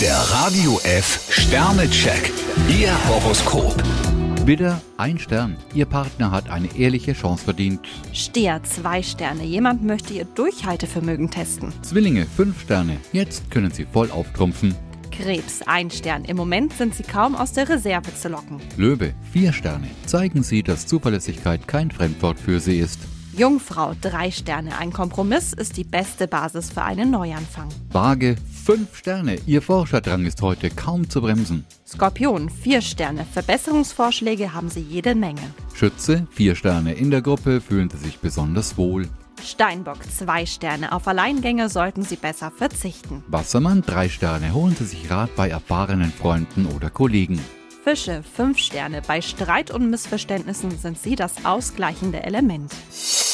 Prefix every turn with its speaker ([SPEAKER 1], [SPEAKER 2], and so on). [SPEAKER 1] Der Radio F Sternecheck. Ihr Horoskop.
[SPEAKER 2] Widder, ein Stern. Ihr Partner hat eine ehrliche Chance verdient.
[SPEAKER 3] Stier, zwei Sterne. Jemand möchte ihr Durchhaltevermögen testen.
[SPEAKER 2] Zwillinge, fünf Sterne. Jetzt können sie voll auftrumpfen.
[SPEAKER 3] Krebs, ein Stern. Im Moment sind sie kaum aus der Reserve zu locken.
[SPEAKER 2] Löwe, vier Sterne. Zeigen sie, dass Zuverlässigkeit kein Fremdwort für sie ist.
[SPEAKER 3] Jungfrau, drei Sterne. Ein Kompromiss ist die beste Basis für einen Neuanfang.
[SPEAKER 2] Waage, fünf Sterne. Ihr Forscherdrang ist heute kaum zu bremsen.
[SPEAKER 3] Skorpion, vier Sterne. Verbesserungsvorschläge haben sie jede Menge.
[SPEAKER 2] Schütze, vier Sterne. In der Gruppe fühlen sie sich besonders wohl.
[SPEAKER 3] Steinbock, zwei Sterne. Auf Alleingänge sollten sie besser verzichten.
[SPEAKER 2] Wassermann, drei Sterne. Holen sie sich Rat bei erfahrenen Freunden oder Kollegen.
[SPEAKER 3] Fische, fünf Sterne. Bei Streit und Missverständnissen sind sie das ausgleichende Element.